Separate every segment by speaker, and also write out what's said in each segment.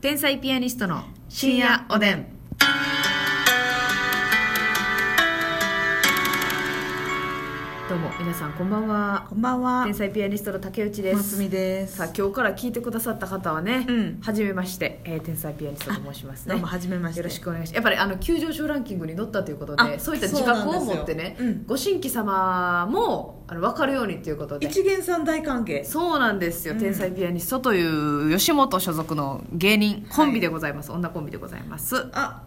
Speaker 1: 天才ピアニストの深夜おでん。どうも皆さんこんばんは
Speaker 2: こ。んばんは
Speaker 1: 天。才ピアニストの竹内で
Speaker 2: ます
Speaker 1: す。
Speaker 2: みです。
Speaker 1: さあ今日から聞いてくださった方はね、
Speaker 2: うん
Speaker 1: はじめまして、えー天才ピアニストと申しますね。
Speaker 2: どうも初めまして。
Speaker 1: よろしくお願いしますやっぱりあの急上昇ランキングに乗ったということで
Speaker 2: あ
Speaker 1: そういった自覚
Speaker 2: そうな
Speaker 1: を
Speaker 2: んです
Speaker 1: 持
Speaker 2: よ
Speaker 1: ってね、
Speaker 2: うん
Speaker 1: ご新規様もあの分かるようにということで
Speaker 2: 一元さん大歓迎。
Speaker 1: そうなんですよ、
Speaker 2: うん
Speaker 1: 天才ピアニストという吉本所属の芸人コンビでございます、女コンビでございます
Speaker 2: あ、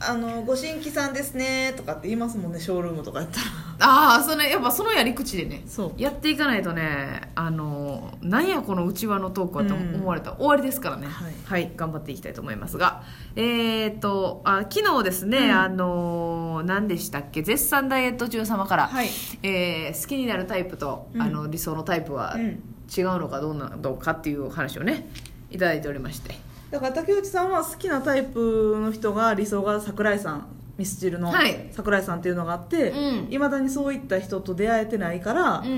Speaker 2: あのご新規さんですねとかって言いますもんね。ショールームとかやったら。
Speaker 1: ああそれやっぱそのやり口でね
Speaker 2: そう
Speaker 1: やっていかないとねあのなんやこの内輪のトークはと
Speaker 2: うん
Speaker 1: 思われたら終わりですからね
Speaker 2: はい
Speaker 1: 頑張っていきたいと思いますがえー、っとあ昨日ですね、
Speaker 2: うん
Speaker 1: あの何でしたっけ絶賛ダイエット中様から、
Speaker 2: はい
Speaker 1: えー好きになるタイプと、
Speaker 2: うん
Speaker 1: あの理想のタイプは
Speaker 2: うん
Speaker 1: 違うのかどうなのかっていう話をねいただいておりまして
Speaker 2: だから竹内さんは好きなタイプの人が理想が桜井さん。ミスチルの
Speaker 1: はい
Speaker 2: 桜井さんっていうのがあって、
Speaker 1: うん
Speaker 2: いまだにそういった人と出会えてないから、
Speaker 1: うん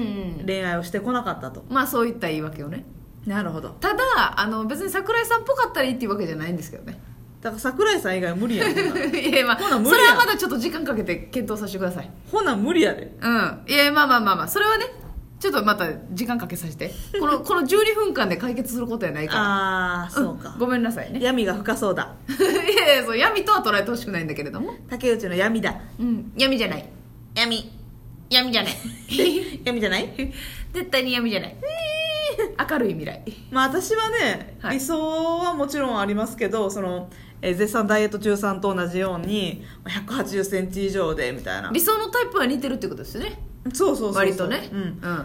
Speaker 1: うん
Speaker 2: 恋愛をしてこなかったと。
Speaker 1: まあそういった言い訳をね
Speaker 2: なるほど。
Speaker 1: ただあの別に桜井さんっぽかったらいいっていうわけじゃないんですけどね
Speaker 2: だから桜井さん以外無理やねん な。
Speaker 1: いやまあ
Speaker 2: ほな無
Speaker 1: そ
Speaker 2: 理やん
Speaker 1: れはまだちょっと時間かけて検討させてください
Speaker 2: ほな無理や で。
Speaker 1: うんいやまあまあまあまあそれはねちょっとまた時間かけさせてこ のこの12分間で解決することやないから
Speaker 2: ああ、そうか
Speaker 1: ん。ごめんなさいねい
Speaker 2: 闇が深そうだ。
Speaker 1: や いやそう闇とは捉えてほしくないんだけれども、
Speaker 2: 竹内の闇だ。
Speaker 1: うん、闇じゃない
Speaker 2: 闇。
Speaker 1: 闇じゃない
Speaker 2: 闇じゃない
Speaker 1: 絶対に闇じゃない明るい未来
Speaker 2: まあ私はね、
Speaker 1: はい
Speaker 2: 理想はもちろんありますけどその、えー絶賛ダイエット中さんと同じように1 8 0ンチ以上でみたいな
Speaker 1: 理想のタイプは似てるってことですよね
Speaker 2: そうそうそうそう
Speaker 1: 割とね
Speaker 2: うん
Speaker 1: う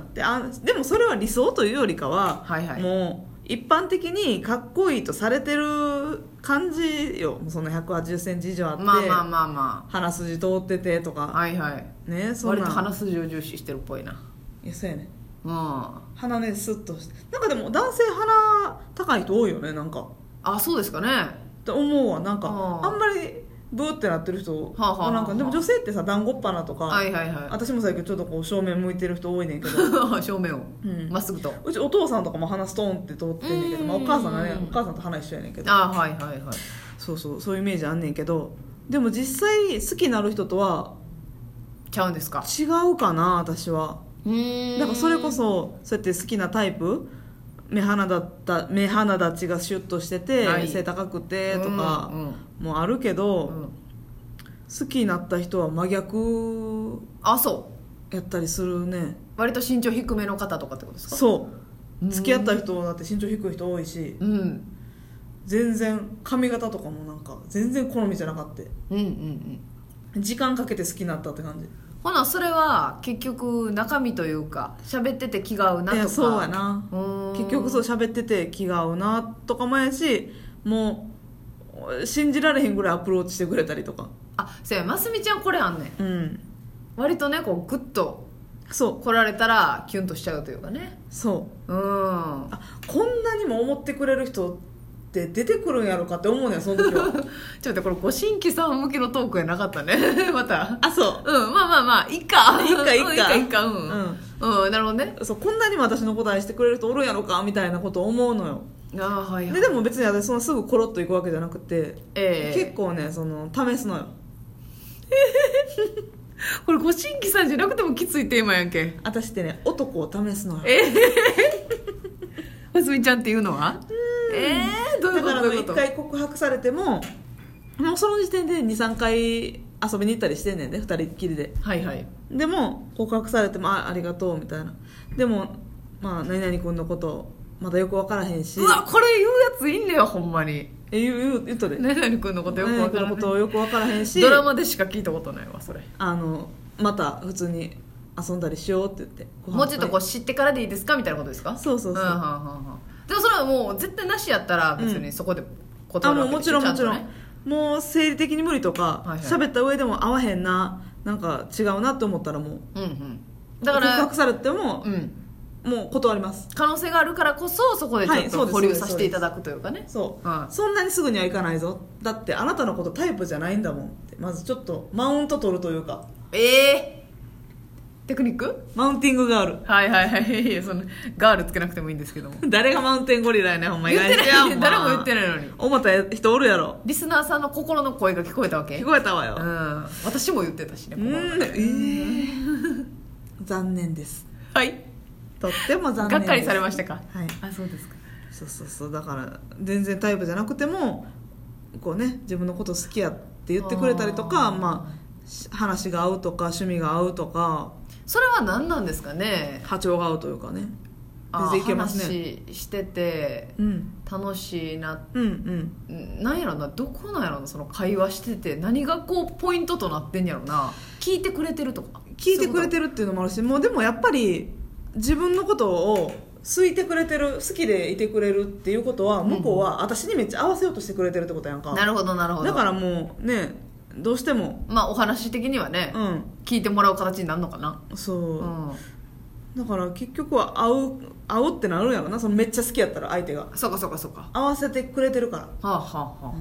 Speaker 1: ん
Speaker 2: であでもそれは理想というよりかは、
Speaker 1: はいはい
Speaker 2: もう一般的にかっこいいとされてる感じよその1 8 0ンチ以上あって、
Speaker 1: まあまあまあま
Speaker 2: 鼻筋通っててと
Speaker 1: あ
Speaker 2: か
Speaker 1: はいはい
Speaker 2: ねそん
Speaker 1: 割
Speaker 2: な
Speaker 1: と
Speaker 2: ん
Speaker 1: 鼻筋を重視してるっぽいない
Speaker 2: やそうやね
Speaker 1: うんあ
Speaker 2: 鼻ねスッとしてなんかでも男性鼻高い人多いよねなんか
Speaker 1: そうですかね
Speaker 2: って思うわなんか
Speaker 1: あ
Speaker 2: あ
Speaker 1: ー
Speaker 2: んまりブーってなってる
Speaker 1: は
Speaker 2: 人
Speaker 1: あはあはあ
Speaker 2: なんかでも女性ってさ団子っ鼻とか、
Speaker 1: はいはいはい
Speaker 2: 私も最近ちょっとこう正面向いてる人多いねんけ ど
Speaker 1: 正面を
Speaker 2: うん
Speaker 1: まっすぐと
Speaker 2: うちお父さんとかも鼻ストーンって通ってんねんけど、まあ、
Speaker 1: う
Speaker 2: お
Speaker 1: ん
Speaker 2: 母さんがねお母さんと鼻一緒やねんけど
Speaker 1: あはいはいはい
Speaker 2: そうそうそういうイメージあんねんけどでも実際好きになる人とは
Speaker 1: ちゃうんですか
Speaker 2: 違うかな私は
Speaker 1: うん
Speaker 2: だからそれこそそうやって好きなタイプ目鼻だった目鼻立ちがシュッとしてて、
Speaker 1: はい
Speaker 2: 背高くてと
Speaker 1: う
Speaker 2: か
Speaker 1: ん
Speaker 2: もあるけど、
Speaker 1: うんうん
Speaker 2: 好きになった人は真逆
Speaker 1: あそう
Speaker 2: やったりするね
Speaker 1: 割と身長低めの方とかってことですか
Speaker 2: そう
Speaker 1: うん
Speaker 2: 付き合った人だって身長低い人多いし
Speaker 1: うん
Speaker 2: 全然髪型とかもなんか全然好みじゃなかった
Speaker 1: うんうんうん
Speaker 2: 時間かけて好きになったって感じ
Speaker 1: ほなそれは結局中身というか喋ってて気が合うなと
Speaker 2: い
Speaker 1: か
Speaker 2: やそうやな
Speaker 1: うん
Speaker 2: 結局そう喋ってて気が合うなとかもやしもう信じられへんぐらいアプローチしてくれたりとか
Speaker 1: あそうやますみちゃんこれあんねん
Speaker 2: うん
Speaker 1: 割とねこうグッと
Speaker 2: そう
Speaker 1: 来られたらキュンとしちゃうというかね
Speaker 2: そう
Speaker 1: うん
Speaker 2: あこんなにも思ってくれる人って出てくるんやろかって思うねんその時は
Speaker 1: ちょっとこれご新規さん向けのトークやなかったね また
Speaker 2: あそう
Speaker 1: うんまあまあまあいいか
Speaker 2: いいかいい
Speaker 1: う
Speaker 2: か
Speaker 1: んいいかいいかうん、うんなるほどね
Speaker 2: そうこんなにも私のこと愛してくれる人おるんやろかみたいなことを思うのよ
Speaker 1: ああはいはい
Speaker 2: ででも別に私そんなすぐコロッといくわけじゃなくて、
Speaker 1: ええ
Speaker 2: 結構ねその試すのよ
Speaker 1: これご新規さんじゃなくてもきついテーマやんけ
Speaker 2: 私ってね男を試すのよ
Speaker 1: えますみちゃんっていうのはええどうい
Speaker 2: だ
Speaker 1: う
Speaker 2: か
Speaker 1: こと
Speaker 2: らも
Speaker 1: ど
Speaker 2: う
Speaker 1: ういうこ
Speaker 2: 一
Speaker 1: と
Speaker 2: 回告白されてももうその時点で23回遊びに行ったりしてんねんね二人っきりで
Speaker 1: はいはい
Speaker 2: でも告白されてもあありがとうみたいなでもまあ何々君のことまだよく分からへんし
Speaker 1: うわこれ言うやついんねやほんまに
Speaker 2: え言う言う言うとで
Speaker 1: 何々君のことよくわから
Speaker 2: 何々君の
Speaker 1: な
Speaker 2: こと
Speaker 1: い
Speaker 2: よく分からへんし
Speaker 1: ドラマでしか聞いたことないわそれ
Speaker 2: あのまた普通に遊んだりしようって言ってご飯
Speaker 1: もうちょっとこう
Speaker 2: 食
Speaker 1: 知ってからでいいですかみたいなことですか
Speaker 2: そうそうそう
Speaker 1: うんはんはんはんでもそれはもう絶対なしやったら別
Speaker 2: う
Speaker 1: に
Speaker 2: ん
Speaker 1: そこで
Speaker 2: べあ
Speaker 1: 断る
Speaker 2: も
Speaker 1: わけ
Speaker 2: うも
Speaker 1: で
Speaker 2: ち
Speaker 1: しょ
Speaker 2: ろんもちろ
Speaker 1: ゃ
Speaker 2: ん
Speaker 1: とね
Speaker 2: もう生理的に無理と
Speaker 1: は
Speaker 2: か
Speaker 1: いはい
Speaker 2: 喋、った上でも合わへんななんか違うなって思ったらもう
Speaker 1: うんうんだか
Speaker 2: 告
Speaker 1: ら
Speaker 2: 白されても
Speaker 1: う、ん
Speaker 2: もう断ります
Speaker 1: 可能性があるからこそそこでち
Speaker 2: は
Speaker 1: ょ
Speaker 2: い
Speaker 1: っ
Speaker 2: そ
Speaker 1: と
Speaker 2: うです
Speaker 1: 保留させていただくというかね
Speaker 2: そう、
Speaker 1: はい
Speaker 2: そんなにすぐにはいかないぞだってあなたのことタイプじゃないんだもんってまずちょっとマウント取るというか
Speaker 1: ええテクニック
Speaker 2: マウンティングがある
Speaker 1: はいはいはいいやそのガールつけなくてもいいんですけども
Speaker 2: 誰がマウンテンゴリラやねんほんま
Speaker 1: 言ってない
Speaker 2: 意外とやん
Speaker 1: 誰も言ってないのに
Speaker 2: 思った人おるやろ
Speaker 1: リスナーさんの心の声が聞こえたわけ
Speaker 2: 聞こえたわ
Speaker 1: う
Speaker 2: よ
Speaker 1: ん私も言ってたしね
Speaker 2: う
Speaker 1: 心の
Speaker 2: んえ
Speaker 1: 中で
Speaker 2: ー残念です
Speaker 1: はい
Speaker 2: とっても残念
Speaker 1: がっ
Speaker 2: です
Speaker 1: かりされましたか
Speaker 2: はい
Speaker 1: あそうですか
Speaker 2: そうそうそうだから全然タイプじゃなくてもこうね自分のこと好きやって言ってくれたりとか
Speaker 1: あー
Speaker 2: まあし話が合うとか趣味が合うとか
Speaker 1: それは何なんですかね
Speaker 2: 波長が合うというかね
Speaker 1: あ
Speaker 2: 全然いけますね
Speaker 1: 話してて
Speaker 2: うん
Speaker 1: 楽しいな
Speaker 2: うんうん
Speaker 1: んなんやろなどこなんやろなその会話してて何がこうポイントとなってんやろな聞いてくれてるとか
Speaker 2: 聞いてくれて
Speaker 1: る
Speaker 2: るっていうのもあるしもうでもやっぱり自分のことを好いてくれてる好きでいてくれるっていうことは向こうは私にめっちゃ合わせようとしてくれてるってことやんか
Speaker 1: なるほどなるほど
Speaker 2: だからもうねどうしても
Speaker 1: まあお話的にはね、
Speaker 2: う
Speaker 1: 聞いてもらう形になるのかな、
Speaker 2: んそうう、
Speaker 1: ん、
Speaker 2: だから結局は合う合うってなるんやろなそのめっちゃ好きやったら相手が
Speaker 1: そうかそうかそうかは
Speaker 2: 合わせてくれてるか
Speaker 1: あはあはあ
Speaker 2: ら、
Speaker 1: は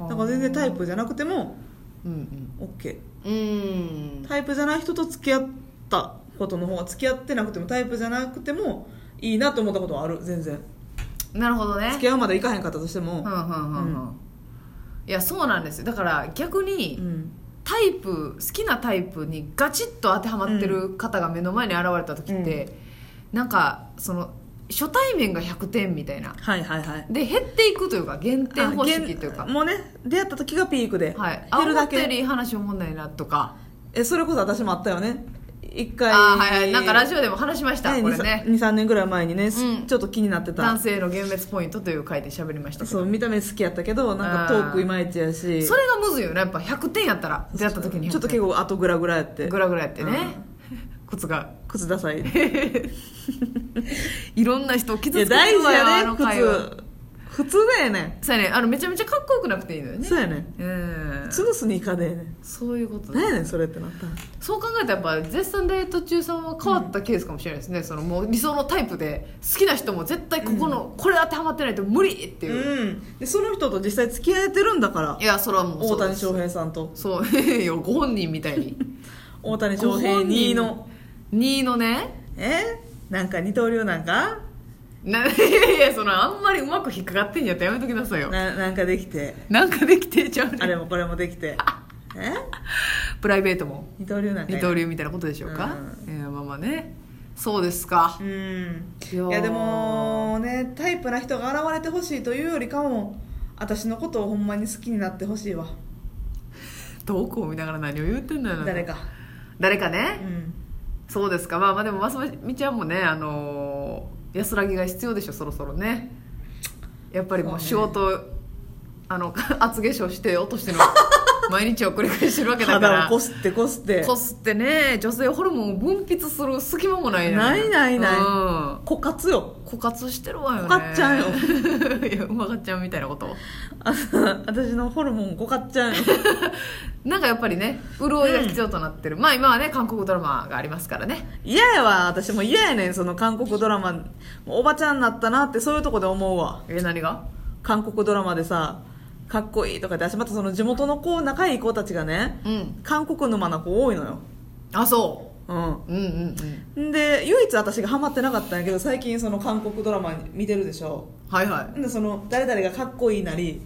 Speaker 1: あ、
Speaker 2: だから全然タイプじゃなくても
Speaker 1: うん
Speaker 2: OK
Speaker 1: うんうん
Speaker 2: タイプじゃない人と付き合ったことの方が付き合ってなくてもタイプじゃなくてもいいなと思ったことはある全然
Speaker 1: なるほどね
Speaker 2: 付き合うまでいかへんかったとして
Speaker 1: うん
Speaker 2: も
Speaker 1: うんうんうんいやそうなんですよだから逆に、
Speaker 2: うん
Speaker 1: タイプ好きなタイプにガチッと当てはまってる方が目の前に現れた時って、なんかその初対面が100点みたいな
Speaker 2: はいはいはい
Speaker 1: で減っていくというか減点方
Speaker 2: あ
Speaker 1: 式
Speaker 2: 現
Speaker 1: というか
Speaker 2: もうね出会った時がピークで、
Speaker 1: はい、あ思
Speaker 2: 減る
Speaker 1: っ
Speaker 2: だ
Speaker 1: たよ
Speaker 2: け
Speaker 1: り話おもんないなとか、
Speaker 2: えそれこそ私もあったよね一回
Speaker 1: あーはいはいなんかラジオでも話しました、これね
Speaker 2: 23年ぐらい前にね、す
Speaker 1: うん
Speaker 2: ちょっと気になってた
Speaker 1: 男性の幻滅ポイントという回で喋りましたけど
Speaker 2: そう見た目好きやったけどなんかトークいまいちやし
Speaker 1: それがむずいよねやっぱ100点やったら出会った時に
Speaker 2: ちょっと結
Speaker 1: 構
Speaker 2: 構あとグラグラやって
Speaker 1: グラグラやってね、靴が
Speaker 2: 靴ダ サいい
Speaker 1: いろんな人を傷
Speaker 2: や
Speaker 1: つけて
Speaker 2: 大
Speaker 1: る
Speaker 2: 事
Speaker 1: わよ、あ
Speaker 2: や
Speaker 1: の
Speaker 2: ね
Speaker 1: 回は
Speaker 2: 靴普通だよね
Speaker 1: そうやねあのめちゃめちゃかっこよくなくていいのよね
Speaker 2: そうやね
Speaker 1: うん
Speaker 2: 普通のスニーカーでね
Speaker 1: そういうこと
Speaker 2: 何や
Speaker 1: ね
Speaker 2: ねんそれってなったら
Speaker 1: そう考えたらやっぱ絶賛ダイエット中さんは変わったケースかもしれないですね、そのもう理想のタイプで好きな人も絶対ここの、これ当てはまってないと無理っていう、
Speaker 2: うんでその人と実際付き合えてるんだから
Speaker 1: いやそれはもうそ
Speaker 2: 大
Speaker 1: うで
Speaker 2: 谷
Speaker 1: す
Speaker 2: 翔平さんと
Speaker 1: そう いやご本人みたいに
Speaker 2: 大谷翔平2の
Speaker 1: 2のね
Speaker 2: えなんか二刀流なんか
Speaker 1: ないやいやそのあんまりうまく引っかかってんやったらやめときなさいよ
Speaker 2: ななんかできて
Speaker 1: なんかできてちゃう
Speaker 2: あ
Speaker 1: ね
Speaker 2: れもこれもできてえ
Speaker 1: プライベートも
Speaker 2: 二刀流なんか
Speaker 1: 二
Speaker 2: や
Speaker 1: 刀流みたいなことでしょうか、えーまあまあねそうですか
Speaker 2: うん
Speaker 1: いやー
Speaker 2: いやでもねタイプな人が現れてほしいというよりかも私のことをほんまに好きになってほしいわ
Speaker 1: どこを見ながら何を言ってんだよな
Speaker 2: 誰か
Speaker 1: 誰か
Speaker 2: う
Speaker 1: ね、
Speaker 2: ん
Speaker 1: そうですかまあまあでもますみちゃんもねあのー安らぎが必要でしょそろそろねやっぱりもう仕
Speaker 2: そうね
Speaker 1: 事、あの 厚化粧して落と しての毎日を繰り返してるわけだか
Speaker 2: 肌
Speaker 1: ら
Speaker 2: をこすってこすって
Speaker 1: こすってね女性ホルモンを分泌する隙間もないやん
Speaker 2: ないないない
Speaker 1: うん
Speaker 2: 枯渇よ
Speaker 1: 枯渇してるわよね
Speaker 2: 枯渇ちゃう よ
Speaker 1: いやうまかっちゃんみたいなこと
Speaker 2: あ私のホルモン枯渇ちゃうよ
Speaker 1: なんかやっぱりね潤いが必要となってる、まあ今はね韓国ドラマがありますからね
Speaker 2: 嫌やわ私も嫌やねんその韓国ドラマもうおばちゃんになったなってそういうとこで思うわ
Speaker 1: え何が
Speaker 2: 韓国ドラマでさかっこいいとかで私またその地元の子仲いい子たちがね
Speaker 1: うん
Speaker 2: 韓国沼な子多いのよ
Speaker 1: あそう
Speaker 2: うん
Speaker 1: うんうんうん
Speaker 2: で唯一私がハマってなかったんやけど最近その韓国ドラマ見てるでしょ
Speaker 1: はいは
Speaker 2: でその誰々がかっこいいなり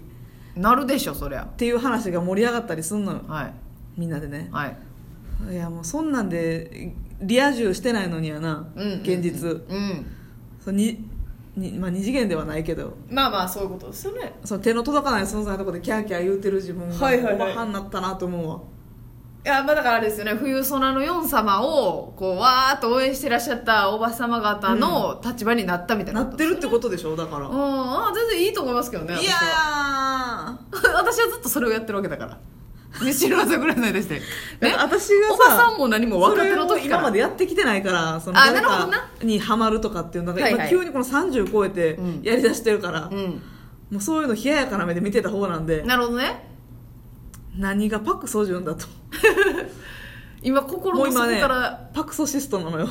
Speaker 1: いなるでしょそりゃ
Speaker 2: っていう話が盛り上がったりすんのよ
Speaker 1: はい
Speaker 2: みんなでね
Speaker 1: はい
Speaker 2: いやもうそんなんでリア充してないのにやな、
Speaker 1: うん
Speaker 2: 現実
Speaker 1: うん
Speaker 2: そうにに、まあ、二次元ではないけど
Speaker 1: まあまあそういうことですよね
Speaker 2: その手の届かない存在のとこでキャーキャー言うてる自分が
Speaker 1: はいはいはい
Speaker 2: おばはんなったなと思うわ
Speaker 1: いやまあだからあれですよね冬ソナの4様をこうわーっと応援してらっしゃったおばさま方の立場になったみたい
Speaker 2: な
Speaker 1: な
Speaker 2: ってるって
Speaker 1: と
Speaker 2: ことでしょだから
Speaker 1: うんあ全然いいと思いますけどね
Speaker 2: いや
Speaker 1: 私は
Speaker 2: ー
Speaker 1: 私はずっとそれをやってるわけだ から西村桜井でしてね
Speaker 2: 私がさ
Speaker 1: おばさんも何 も
Speaker 2: そ
Speaker 1: 若手
Speaker 2: れ
Speaker 1: の
Speaker 2: を
Speaker 1: 時か
Speaker 2: 今
Speaker 1: ら
Speaker 2: までやってきてないからその
Speaker 1: あな
Speaker 2: 誰
Speaker 1: るほ
Speaker 2: か
Speaker 1: どな
Speaker 2: にハマるとかっていうのが
Speaker 1: はいは
Speaker 2: 今
Speaker 1: い
Speaker 2: 急にこの30超えて
Speaker 1: うん
Speaker 2: やりだしてるから、
Speaker 1: うん
Speaker 2: もうそういうの冷ややかな目で見てた方なんで
Speaker 1: なるほどね
Speaker 2: 何がパク・ソジュンだと
Speaker 1: 今心
Speaker 2: もう
Speaker 1: の底
Speaker 2: 今ね
Speaker 1: から
Speaker 2: パクソシストなのよ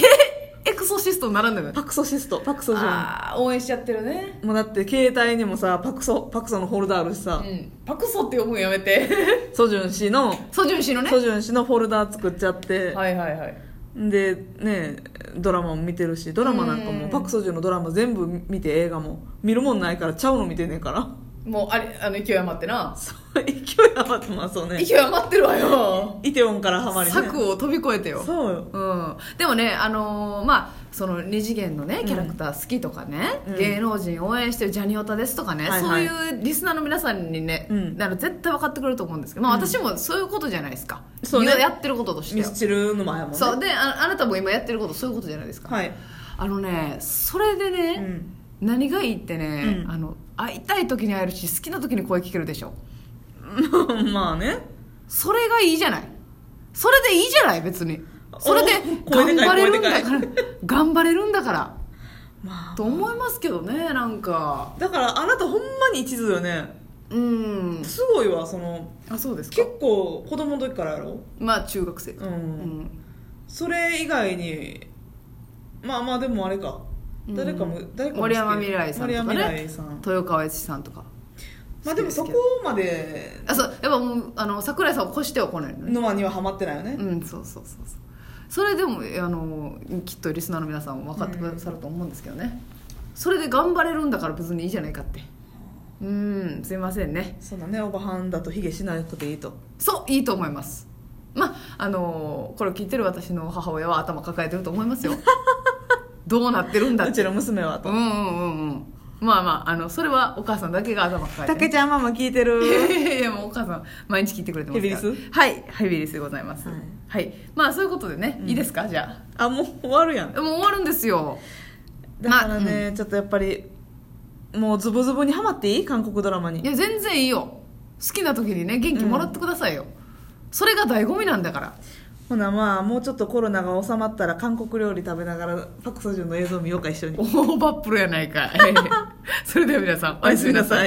Speaker 1: エクソシストにならんだよね
Speaker 2: パクソシストパク・ソジュ
Speaker 1: あー応援しちゃってるね
Speaker 2: ンもうだって携帯にもさパクソパクソのフォルダあるしさ、
Speaker 1: うん、パクソって読む んやめて
Speaker 2: ソジュン氏の
Speaker 1: ソジュン氏のね
Speaker 2: ソジュン氏のフォルダ作っちゃって、
Speaker 1: はいはいはい
Speaker 2: でねドラマも見てるしドラマなんか
Speaker 1: う
Speaker 2: も
Speaker 1: ん
Speaker 2: パク・ソジュンのドラマ全部見て映画も見るもんないからちゃうの見てんねんから
Speaker 1: もうあれあの勢い余ってな
Speaker 2: そう勢い余ってますよね
Speaker 1: 勢い余ってるわよ
Speaker 2: イテウォンからハマりね
Speaker 1: 策を飛び越えてよ
Speaker 2: そうよ
Speaker 1: うん、でもね、あのーまあ、その二次元のねキャラクター好きとかね、
Speaker 2: うん
Speaker 1: 芸能人応援してるジャニオタですとかね、
Speaker 2: はい
Speaker 1: そう
Speaker 2: はい
Speaker 1: いうリスナーの皆さんにね、
Speaker 2: うん
Speaker 1: あの絶対分かってくれると思うんですけど、まあ、私もそういうことじゃないですか、
Speaker 2: そうね
Speaker 1: 今やってることとして
Speaker 2: ミ
Speaker 1: は
Speaker 2: スチルの前もね
Speaker 1: そうでああなたも今やってることそういうことじゃないですか、
Speaker 2: はい、
Speaker 1: あのねそれで
Speaker 2: う
Speaker 1: ね、
Speaker 2: ん、
Speaker 1: 何がいいってね、
Speaker 2: うん
Speaker 1: あの会いたい時に会えるし好きな時に声聞けるでしょ
Speaker 2: まあね
Speaker 1: それがいいじゃないそれでいいじゃない別にそれで
Speaker 2: お
Speaker 1: 頑
Speaker 2: 声でかい
Speaker 1: 張れるんだ
Speaker 2: 声で
Speaker 1: か
Speaker 2: から
Speaker 1: 頑張れるんだから
Speaker 2: まあ
Speaker 1: と思いますけどねなんか
Speaker 2: だからあなたほんまに一途よね
Speaker 1: うん
Speaker 2: すごいわその
Speaker 1: あそうですか
Speaker 2: 結構子供の時からやろ
Speaker 1: まあ中学生
Speaker 2: う、
Speaker 1: うんん
Speaker 2: それ以外にまあまあでもあれか
Speaker 1: うん
Speaker 2: 誰かも、誰かも
Speaker 1: 森山未來さんとかね
Speaker 2: 森山未來さん
Speaker 1: 豊川悦司さんとか
Speaker 2: まあでもそこまで
Speaker 1: あそうやっぱもうあの桜井さんを越しては来ないのね
Speaker 2: のまにはハマってないよね、
Speaker 1: うんそうそうそうそうそれでもあのきっとリスナーの皆さんも分かってくださると思うんですけどね、それで頑張れるんだから別にいいじゃないかってうんすいませんね
Speaker 2: そうだねおばはんだとヒゲしなくていいと
Speaker 1: そういいと思いますまああのこれを聞いてる私の母親は頭抱えてると思い ますよどうなってるんだっ
Speaker 2: う
Speaker 1: て
Speaker 2: ちの娘は
Speaker 1: う
Speaker 2: と
Speaker 1: んうんうんうんまあまああのそれはお母さんだけが頭抱えて
Speaker 2: 竹
Speaker 1: る
Speaker 2: ちゃんママ聞いて
Speaker 1: いや
Speaker 2: る
Speaker 1: いやいやもうお母さん毎日聞いてくれてますから
Speaker 2: ヘビリ
Speaker 1: はいヘビリスでございますは
Speaker 2: はいい、
Speaker 1: まあそういうことでね、いいですかじゃ
Speaker 2: あもう終わるやん
Speaker 1: あもう終わるんですよ
Speaker 2: だからね、ちょっとやっぱりもうズボズボにハマっていい韓国ドラマに
Speaker 1: いや全然いいよ好きな時にね元気もらってくださいよ、それが醍醐味なんだから
Speaker 2: ほなまあもうちょっとコロナが収まったら韓国料理食べながらパク・ソジュンの映像見ようか一緒に
Speaker 1: 大バップルやないかいそれでは皆さんお
Speaker 2: お
Speaker 1: や
Speaker 2: や
Speaker 1: す
Speaker 2: す
Speaker 1: み
Speaker 2: み
Speaker 1: な
Speaker 2: な
Speaker 1: さ
Speaker 2: さ
Speaker 1: い
Speaker 2: い